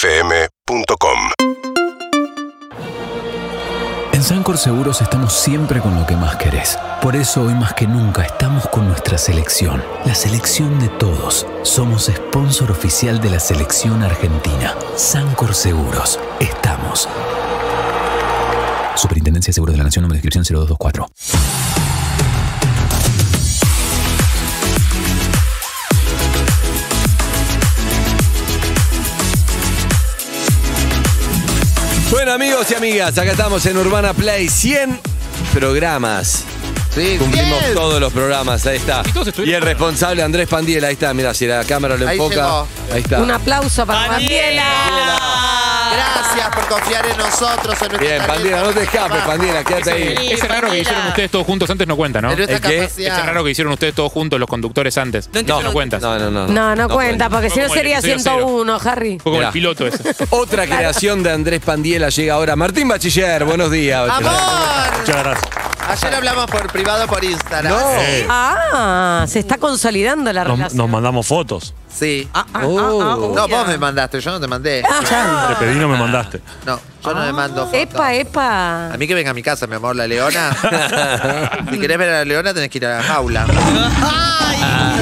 UrbanaPlayFM.com En Sancor Seguros estamos siempre con lo que más querés. Por eso hoy más que nunca estamos con nuestra selección, la selección de todos. Somos sponsor oficial de la selección argentina. Sancor Seguros, estamos. Superintendencia de Seguros de la Nación, número de inscripción 0224. Bueno, amigos y amigas, acá estamos en Urbana Play 100 programas. Sí, Cumplimos bien. todos los programas, ahí está. Y todos Y estuvieron el responsable Andrés Pandiel, ahí está, mira, si la cámara lo Ahí enfoca, llegó. ahí está. Un aplauso para Mandiela. Gracias por confiar en nosotros, en nuestra Bien, Pandiela, no te escapes, Pandiela, quédate ahí. Ese Eh, raro que hicieron ustedes todos juntos antes no cuenta, ¿no? En nuestra ¿El qué? Ese capacidad. raro que hicieron ustedes todos juntos, los conductores antes. No, no cuentas. No, no, no. No, no cuenta, porque si no Fue como el sería episodio 101, Harry. Fue como Mirá. el piloto ese. Otra creación de Andrés Pandiela llega ahora. Martín Bachiller, buenos días. Bachiller. ¡Amor! Muchas gracias. Ayer hablamos por privado por Instagram. No. Eh. Ah, se está consolidando la Nos, relación. nos mandamos fotos. Sí. Ah, ah, Oh. ah, ah, uy, No, vos ah. me mandaste, yo no te mandé. Ah. Ah. Te pedí, no me mandaste. No, yo no le mando fotos. Epa, eh. epa. A mí que venga a mi casa, mi amor, la leona. si querés ver a la leona, tenés que ir a la jaula. Ah.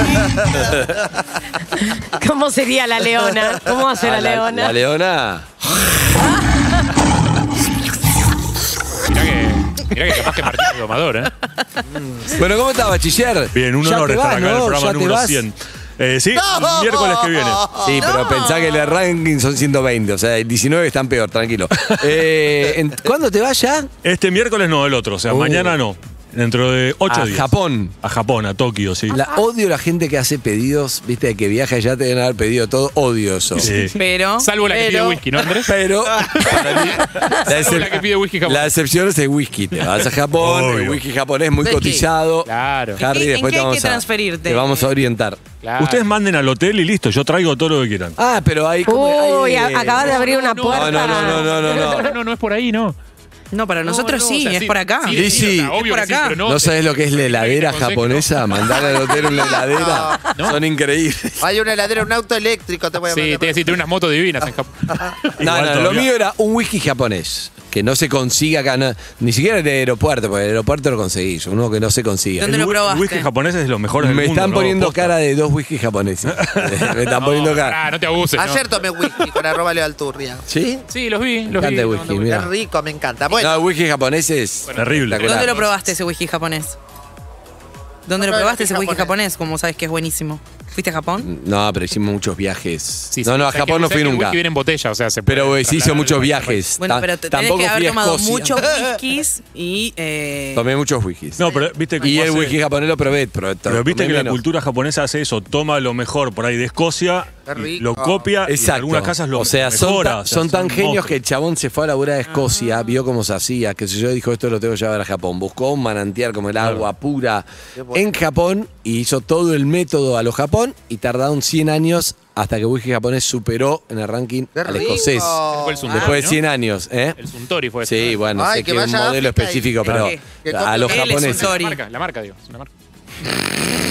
¿Cómo sería la leona? ¿Cómo hace la, Ah, leona? La leona. Mirá que, mirá que capaz que Martín es domador, ¿eh? Bueno, ¿cómo estás, Bachiller? Bien, un Ya honor te estar vas, acá en el ¿no? Ya programa te número vas. 100. Eh, sí, ¡No! miércoles que viene. Sí, pero pensá que el ranking son 120, o sea, el 19 están peor, tranquilo. Eh, en- ¿Cuándo te vas ya? Este miércoles no, el otro. O sea, Uh. mañana no. Dentro de ocho a días. Japón. A Japón, a Tokio, sí. La, odio la gente que hace pedidos, viste, que viaja y ya te deben haber pedido todo, odio eso. Sí. Pero. Salvo la que pide whisky, ¿no, Andrés? Pero para mí, la, Salvo la que pide whisky japonés. la excepción es el whisky. Te vas a Japón, el Obvio. whisky japonés muy Whisky. cotizado. Claro. Harry, ¿En qué- en después qué te hay vamos que a- transferirte? Te vamos a orientar. claro. Ustedes manden al hotel y listo. Yo traigo todo lo que quieran. Ah, pero ahí. como- Uy, ahí- a- acabas de abrir una No, puerta. No, no, no, no, no, no. No, no, no, no es por ahí, no. No, para nosotros No, no, o sí, sea, es por acá. Sí, Y sí, o sea, sí. obvio Es por que sí, acá. pero no. este ¿No sabes lo que es la heladera Consejo. japonesa? Mandar al hotel una heladera. No. Son increíbles. Hay una heladera, un auto eléctrico, te voy a Sí, te mandar. voy a decir, tiene unas motos divinas en Japón. No, no, Igual lo todavía- mío era un whisky japonés. Que no se consiga acá, no- ni siquiera en el aeropuerto, porque en el aeropuerto lo conseguí, yo, uno que no se consiga. ¿Dónde el lo whi- probaste? whisky japonés es lo mejor del Me mundo. están ¿no? poniendo Posta. cara de dos whisky japoneses. Me están poniendo cara. Ah, no te abuses. ¿no? Ayer tomé whisky con arroba Leo Alturria. ¿Sí? Sí, los vi. Me Los vi. encanta el tomando whisky, whisky. Qué mira. rico, me encanta. Bueno, Ah. No, el whisky japonés es Terrible. espectacular. ¿Dónde lo probaste ese whisky japonés? ¿Dónde lo No, no, probaste es ese whisky japonés. japonés? Como sabes que es buenísimo. ¿Fuiste a Japón? No, pero hicimos muchos viajes. Sí, sí, no, no, o a sea, Japón que- no o sea, fui que el nunca. whisky viene en botella, o sea, se Pero puede eh, sí hizo trasladar muchos al- viajes. Bueno, Ta- pero te tenés Tampoco que fui haber a tomado Escocia. muchos whiskies y. eh, Tomé muchos whiskies. No, pero viste que y el hace- whisky japonés lo probé. Pero, Pero viste tomé que la menos. cultura japonesa hace eso, toma lo mejor por ahí de Escocia, Qué y rico. lo copia y en Exacto. algunas casas lo o sea, son, mejora. tan- o sea, son tan genios monstruos. que el chabón se fue a laburar a Escocia, vio cómo se hacía, que sé yo, dijo esto lo tengo que llevar a Japón. Buscó un manantial como el agua pura en Japón y hizo todo el método a lo Japón y tardaron 100 años hasta que el whisky japonés superó en el ranking Qué al rico. escocés. Fue el Suntory, Después de ¿no? 100 años, ¿eh? El Suntory fue Sí, ese. bueno, Ay, sé que que es un vaya a modelo África y- específico, que- pero que a los compre- él es japoneses. un La Sorry. marca, la marca, digo. es una marca.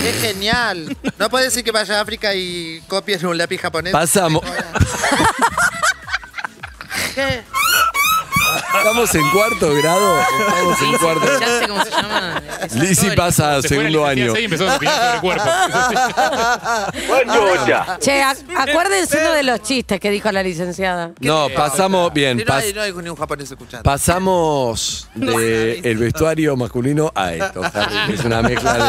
Qué genial. No puedes decir que vaya a África y copies un lápiz japonés. Pasamos. ¿Qué? Estamos en cuarto grado. Estamos en cuarto. Ya sé cómo se llama. Es un Lizzy Suntory. pasa a Se fue la segundo licencia año. y empezó a opinar sobre el cuerpo. Che, ac- acuérdense uno de los chistes que dijo la licenciada. No, pasamos bien. Si no, pas- hay, no hay ni un japonés escuchando. pasamos del vestuario masculino a esto. Harry, que Es una mezcla de,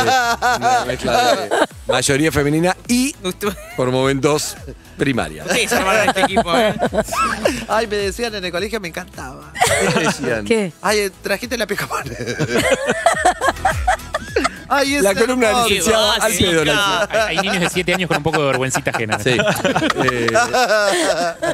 una mezcla de mayoría femenina y por momentos primaria. Sí, se armaron este equipo, eh. Ay, me decían en el colegio, me encantaba. ¿Qué? Ay, trajiste lápiz japonés. Ay, es La columna del hermoso. licenciado Alfredo Lanza. Hay, hay niños de 7 años con un poco de vergüencita ajena. Sí. Eh,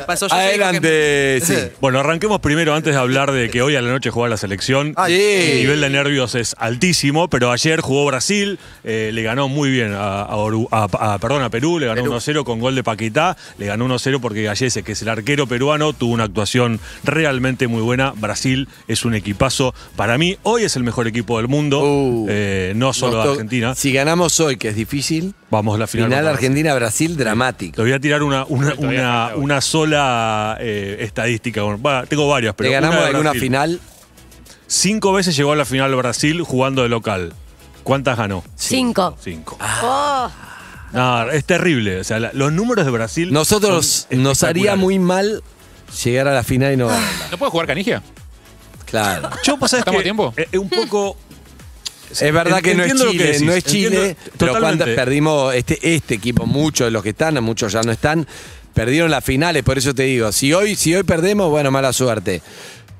Pasó yo te digo que- adelante, sí. Eh, Bueno, arranquemos primero antes de hablar de que hoy a la noche juega la selección. Ay, Ah, El Sí. nivel de nervios es altísimo, pero ayer jugó Brasil, eh, le ganó muy bien a, a Oru- a- a- perdón, a Perú, le ganó 1-0 con gol de Paquetá, le ganó 1-0 porque Gallese, que es el arquero peruano, tuvo una actuación realmente muy buena. Brasil es un equipazo. Para mí, hoy es el mejor equipo del mundo. Uh, Eh, no solo Nos to- de Argentina. Si ganamos hoy, que es difícil, Vamos a la final. final, contra Brasil. Argentina-Brasil dramático. Te voy a tirar una, una, Todavía una- falta, bueno. una sola eh, estadística. Bueno, va, tengo varias, pero. ¿Le ganamos una de alguna Brasil. final? Cinco veces llegó a la final Brasil jugando de local. ¿Cuántas ganó? Cinco. Cinco. Ah. Oh, No, es terrible. O sea, la- los números de Brasil. Nosotros son nos haría espectaculares. muy mal llegar a la final y no ganarla. ¿No puede jugar Canigia? Claro. Yo, pues, ¿sabes ¿Estamos a qué? tiempo? Eh, eh, un poco. Es verdad que no es Entiendo lo que Chile, decís, no es Chile, entiendo- pero cuando totalmente. perdimos este, este equipo, muchos de los que están, muchos ya no están, perdieron las finales, por eso te digo, si hoy, si hoy perdemos, bueno, mala suerte.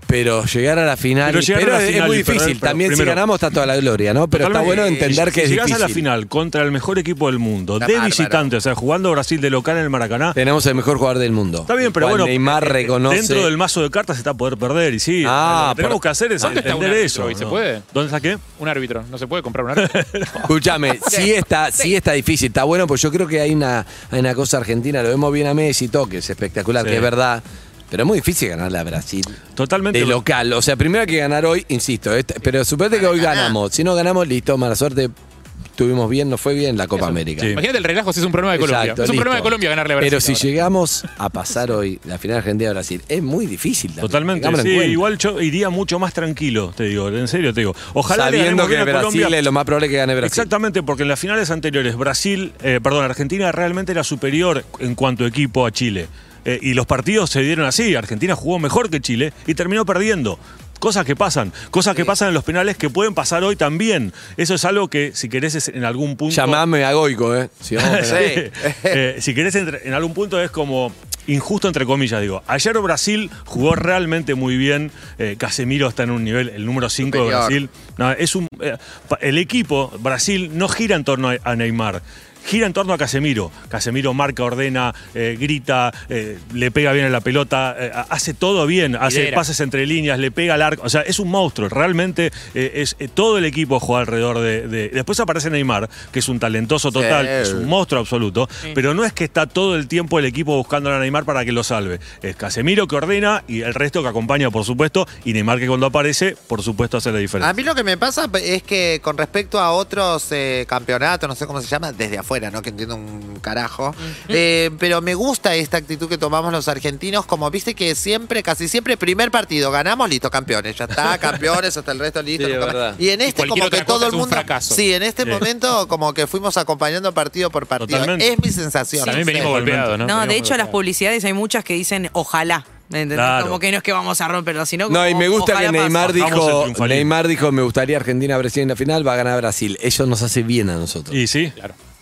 Pero llegar a la final, Pero pero, llegar a es, la es final y muy perder, difícil. pero También si primero- ganamos está toda la gloria, ¿no? Pero está bueno Totalmente. entender Si- que es si difícil. llegás a la final contra el mejor equipo del mundo, Está de bárbaro. visitante, o sea, jugando Brasil de local en el Maracaná. Tenemos el mejor jugador del mundo. Está bien, el pero cual bueno, Neymar eh, eh, reconoce. dentro del mazo de cartas está poder perder y sí, Ah, lo que tenemos por- que hacer es ¿Dónde está entender un árbitro eso. hoy? ¿Se ¿no? puede? ¿Dónde está qué? Un árbitro. ¿No se puede comprar un árbitro? Escúchame, sí está, sí está difícil, está bueno, pues yo creo que hay una, hay una cosa argentina, lo vemos bien a Messi, toque, es espectacular, Sí. que es verdad, pero es muy difícil ganarle a Brasil. Totalmente. De local, o sea, primero hay que ganar hoy, insisto, este- pero suponete que hoy ganamos, si no ganamos, listo, mala suerte, estuvimos bien, no fue bien la Copa América. Sí. Imagínate el relajo si es un problema de Colombia. Exacto, es un problema de listo. Colombia ganarle a Brasil. Pero si ahora. llegamos a pasar hoy la final Argentina-Brasil, es muy difícil. también, Totalmente, tengámoslo en sí, cuenta. igual yo iría mucho más tranquilo, te digo, en serio te digo. Ojalá le Sabiendo ganemos que bien a Brasil Colombia. es lo más probable que gane Brasil. Exactamente, porque en las finales anteriores Brasil, eh, perdón, Argentina realmente era superior en cuanto a equipo a Chile. Eh, y los partidos se dieron así, Argentina jugó mejor que Chile y terminó perdiendo. Cosas que pasan, cosas que pasan en los penales que pueden pasar hoy también. Eso es algo que si querés es en algún punto... Llamame a Goico, ¿eh? Si vamos a ganar. Eh, si querés, entre- en algún punto es como injusto, entre comillas, digo. Ayer Brasil jugó realmente muy bien. Eh, Casemiro está en un nivel, el número 5 de Superior. Brasil. No, es un, eh, pa- el equipo, Brasil, no gira en torno a, a Neymar. Gira en torno a Casemiro. Casemiro marca, ordena, eh, grita, eh, le pega bien a la pelota, eh, a- hace todo bien, hace Lidera. pases entre líneas, le pega al arco. O sea, es un monstruo. Realmente eh, es eh, todo el equipo juega alrededor de, de- Después aparece Neymar, que es un talentoso total, Sí. es un monstruo absoluto, pero no es que está todo el tiempo el equipo buscando a Neymar para que lo salve. Es Casemiro que ordena y el resto que acompaña, por supuesto, y Neymar que cuando aparece, por supuesto, hace la A diferencia. mí lo que me pasa es que con respecto a otros eh, campeonatos, no sé cómo se llama, desde afuera, ¿no? Que entiendo un carajo. Eh, pero me gusta esta actitud que tomamos los argentinos, como viste que siempre, casi siempre, primer partido, ganamos, listo, campeones, ya está, campeones, hasta el resto, listo. Sí, nunca más. verdad. Y en Y este, cualquier como que otra cosa todo es el un mundo. fracaso. Sí, en este Sí. momento, como que fuimos acompañando partido por partido. Totalmente. Es mi sensación. También no sé. venimos golpeados, ¿no? No, de Venimos hecho, las golpeados. publicidades hay muchas que dicen ojalá. ¿me entendés? Claro. Como que no es que vamos a romperlo, sino No, y como, me gusta ojalá que Neymar pase. Bajamos el dijo, triunfalismo. Neymar dijo, me gustaría Argentina-Brasil en la final, va a ganar Brasil. Eso nos hace bien a nosotros. Y sí.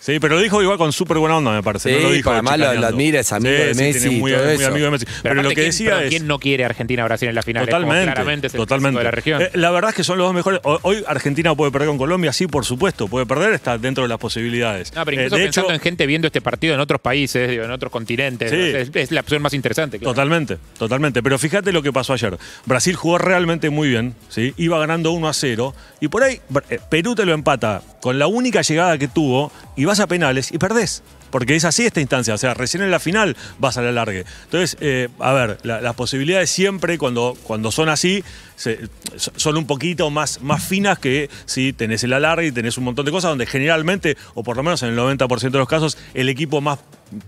Sí, pero lo dijo igual con súper buena onda, me parece. Sí, no lo dijo porque además lo- lo chicaneando. admira, es amigo de tiene Messi y muy, todo muy eso. amigo de Messi. Pero, Pero lo aparte, que ¿quién- decía pero es. ¿Quién no quiere Argentina-Brasil en la final? Es como Totalmente. Claramente es el totalmente. clásico de la región. Eh, la verdad es que son los dos mejores. O- Hoy Argentina puede perder con Colombia, sí, por supuesto, puede perder, está dentro de las posibilidades. No, pero Eh, incluso de pensando hecho, en gente viendo este partido en otros países, digo, en otros continentes, Sí. es, es la opción más interesante. claro. Totalmente, totalmente. Pero fíjate lo que pasó ayer. Brasil jugó realmente muy bien, ¿sí? Iba ganando 1 a 0. Y por ahí Br- eh, Perú te lo empata con la única llegada que tuvo y vas a penales y perdés. Porque es así esta instancia. O sea, recién en la final vas al alargue. Entonces, eh, a ver, la- las posibilidades siempre cuando, cuando son así se- so- son un poquito más, más finas que si tenés el alargue y tenés un montón de cosas donde generalmente, o por lo menos en el 90% de los casos, el equipo más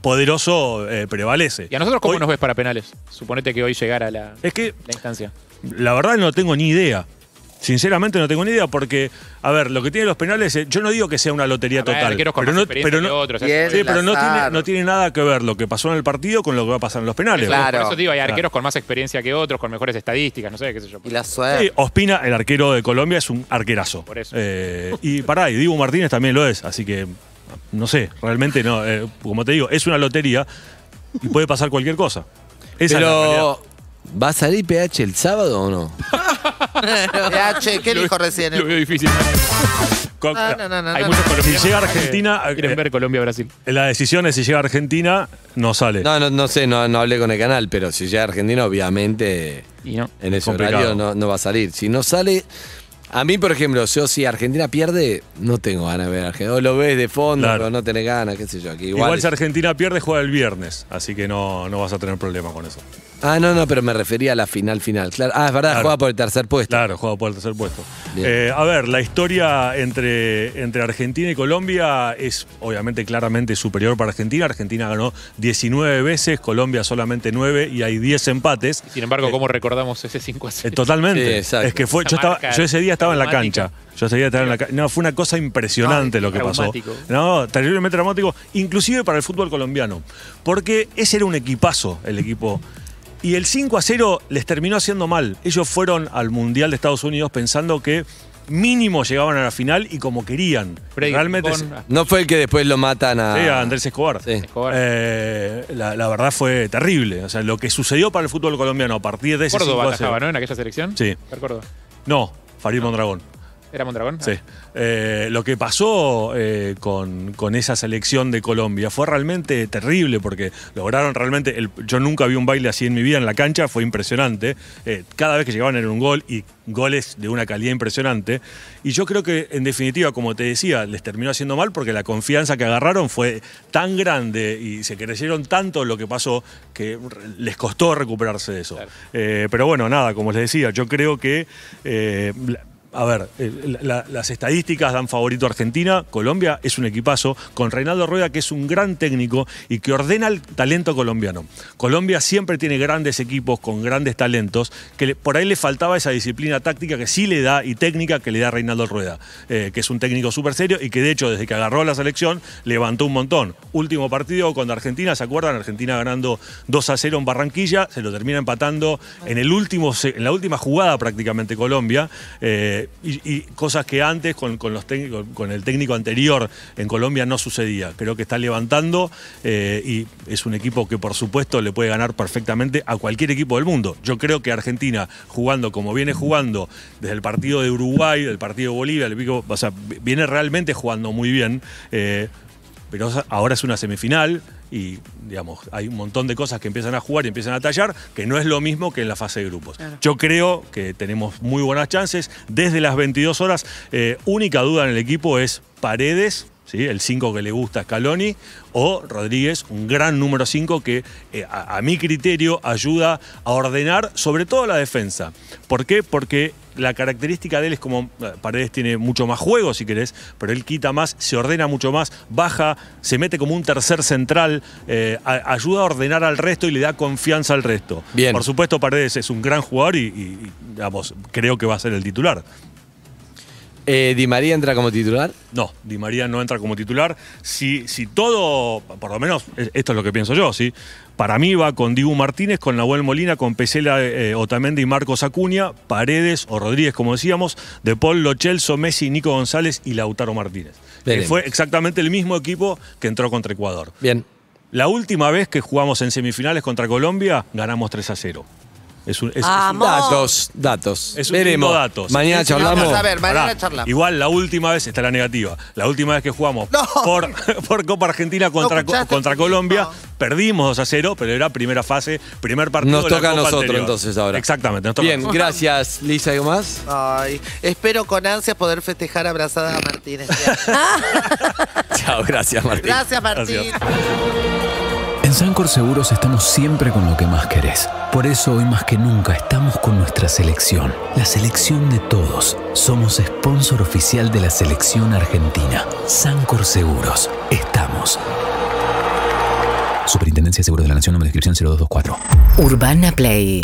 poderoso eh, prevalece. ¿Y a nosotros cómo Hoy- Eh, nos ves para penales? Suponete que hoy llegara la, es que la instancia. la verdad no tengo ni idea. Sinceramente no tengo ni idea porque, a ver, lo que tienen los penales, eh, yo no digo que sea una lotería Habrá total, arqueros con pero más no, experiencia pero que no- otros, Y así él- que- sí, pero no azar. tiene, no tiene nada que ver lo que pasó en el partido con lo que va a pasar en los penales. Claro. Por eso te digo, hay Claro. arqueros con más experiencia que otros, con mejores estadísticas, no sé, qué sé yo. Y la Sí, suerte. Ospina, el arquero de Colombia, es un arquerazo. Por eso. Eh, y pará, y Dibu Martínez también lo es, así que no sé, realmente no. eh, como te digo, es una lotería y puede pasar cualquier cosa. Esa es la realidad. Pero, ¿va a salir PH el sábado o no? Ya, che, Eh, ¿qué dijo recién? Lo veo difícil. Con- Ah, No, no, no, no, Hay no. muchos colombianos Si llega que Argentina, eh, Quieren ver Colombia-Brasil. La decisión es si llega a Argentina, no sale. No, no, no sé, no, no hablé con el canal, pero si llega Argentina, obviamente Y no. eh, en ese Complicado. horario no, no va a salir. Si no sale, A mí, por ejemplo, yo si Argentina pierde, no tengo ganas de ver a Argentina. O lo ves de fondo, Claro. pero no tenés ganas, qué sé yo. que Igual, igual si Argentina pierde, juega el viernes, así que no, no vas a tener problema con eso. Ah, no, no, pero me refería a la final final. Claro. Ah, es verdad, Claro. juega por el tercer puesto. Claro, juega por el tercer puesto. Bien. Eh, a ver, la historia entre, entre Argentina y Colombia es obviamente claramente superior para Argentina. Argentina ganó 19 veces, Colombia solamente 9 y hay 10 empates. Sin embargo, ¿cómo recordamos ese 5 a 0? Eh, Totalmente. Sí, exacto. es que fue, yo, Esa estaba- marca yo ese día estaba en la traumática. cancha. Yo ese día estaba en la cancha. No, fue una cosa impresionante Ay, lo que pasó. traumático. No, terriblemente dramático, inclusive para el fútbol colombiano. Porque ese era un equipazo, el equipo. Y el 5 a 0 les terminó haciendo mal. Ellos fueron al Mundial de Estados Unidos pensando que mínimo llegaban a la final y como querían. Freddy Realmente. Rincón, No fue el que después lo matan a. Sí, a Andrés Escobar. Ah. Sí. Escobar. Eh, la, la verdad fue terrible. O sea, lo que sucedió para el fútbol colombiano a partir de ese Córdoba 5 a 0. atajaba, ¿no? En aquella selección. Sí. Fer Córdoba. No, Farid Mondragón. ¿Era Mondragón? Sí. Eh, lo que pasó eh, con, con esa selección de Colombia fue realmente terrible porque lograron realmente. el- yo nunca vi un baile así en mi vida en la cancha, fue impresionante. Eh, cada vez que llegaban era un gol y goles de una calidad impresionante. Y yo creo que, en definitiva, como te decía, les terminó haciendo mal porque la confianza que agarraron fue tan grande y se creyeron tanto lo que pasó que les costó recuperarse de eso. Claro. Eh, pero bueno, nada, como les decía, yo creo que. eh, la- a ver, eh, la- la- las estadísticas dan favorito a Argentina. Colombia es un equipazo con Reinaldo Rueda, que es un gran técnico y que ordena el talento colombiano. Colombia siempre tiene grandes equipos con grandes talentos, que le- por ahí le faltaba esa disciplina táctica que sí le da y técnica que le da Reinaldo Rueda, eh, que es un técnico súper serio y que de hecho desde que agarró la selección levantó un montón. Último partido contra Argentina, ¿se acuerdan? Argentina ganando 2 a 0 en Barranquilla, se lo termina empatando en, el último, se- en la última jugada prácticamente Colombia. eh, y, y cosas que antes con, con los técnicos- con el técnico anterior en Colombia no sucedía. Creo que está levantando eh, y es un equipo que por supuesto le puede ganar perfectamente a cualquier equipo del mundo. Yo creo que Argentina jugando como viene jugando desde el partido de Uruguay, del partido de Bolivia, el pico, o sea, viene realmente jugando muy bien. eh, pero ahora es una semifinal y digamos hay un montón de cosas que empiezan a jugar y empiezan a tallar que no es lo mismo que en la fase de grupos. Yo creo que tenemos muy buenas chances desde las 22 horas. eh, única duda en el equipo es Paredes. ¿sí? El 5 que le gusta a Scaloni, o Rodríguez, un gran número 5 que eh, a, a mi criterio ayuda a ordenar sobre todo la defensa. ¿Por qué? Porque la característica de él es como eh, Paredes tiene mucho más juego, si querés, pero él quita más, se ordena mucho más, baja, se mete como un tercer central, eh, a- ayuda a ordenar al resto y le da confianza al resto. Bien. Por supuesto, Paredes es un gran jugador y, y- y, digamos, creo que va a ser el titular. Eh, Di María entra como titular. No, Di María no entra como titular. Si, si todo, por lo menos eh, esto es lo que pienso yo, ¿sí? Para mí va con Dibu Martínez, con Nahuel Molina, con Pesela eh, Otamendi y Marcos Acuña, Paredes o Rodríguez, como decíamos, De Paul, Lochelso, Messi, Nico González y Lautaro Martínez. Que Veremos. fue exactamente el mismo equipo que entró contra Ecuador. Bien. La última vez que jugamos en semifinales contra Colombia, ganamos 3 a 0. Es un, es- es un- Vamos. Datos, datos. Es un Veremos. lindo dato. Mañana Sí, sí, charlamos. Vamos a ver, mañana Pará, charlamos. Igual la última vez, está la negativa, la última vez que jugamos No. por, por Copa Argentina contra, escuchaste, contra Colombia, no. perdimos 2 a 0, pero era primera fase, primer partido. Nos de la toca a Copa nosotros anterior. entonces ahora. Exactamente, nos toca a Bien, nosotros. gracias, Lisa. ¿Algo más? Ay, espero con ansias poder festejar abrazada a Martínez. Chao, gracias, Martín. Gracias, Martín. En Sancor Seguros estamos siempre con lo que más querés. Por eso hoy más que nunca estamos con nuestra selección, la selección de todos. Somos sponsor oficial de la selección argentina. Sancor Seguros, estamos. Superintendencia de Seguros de la Nación, número de inscripción 0224. Urbana Play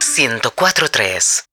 104.3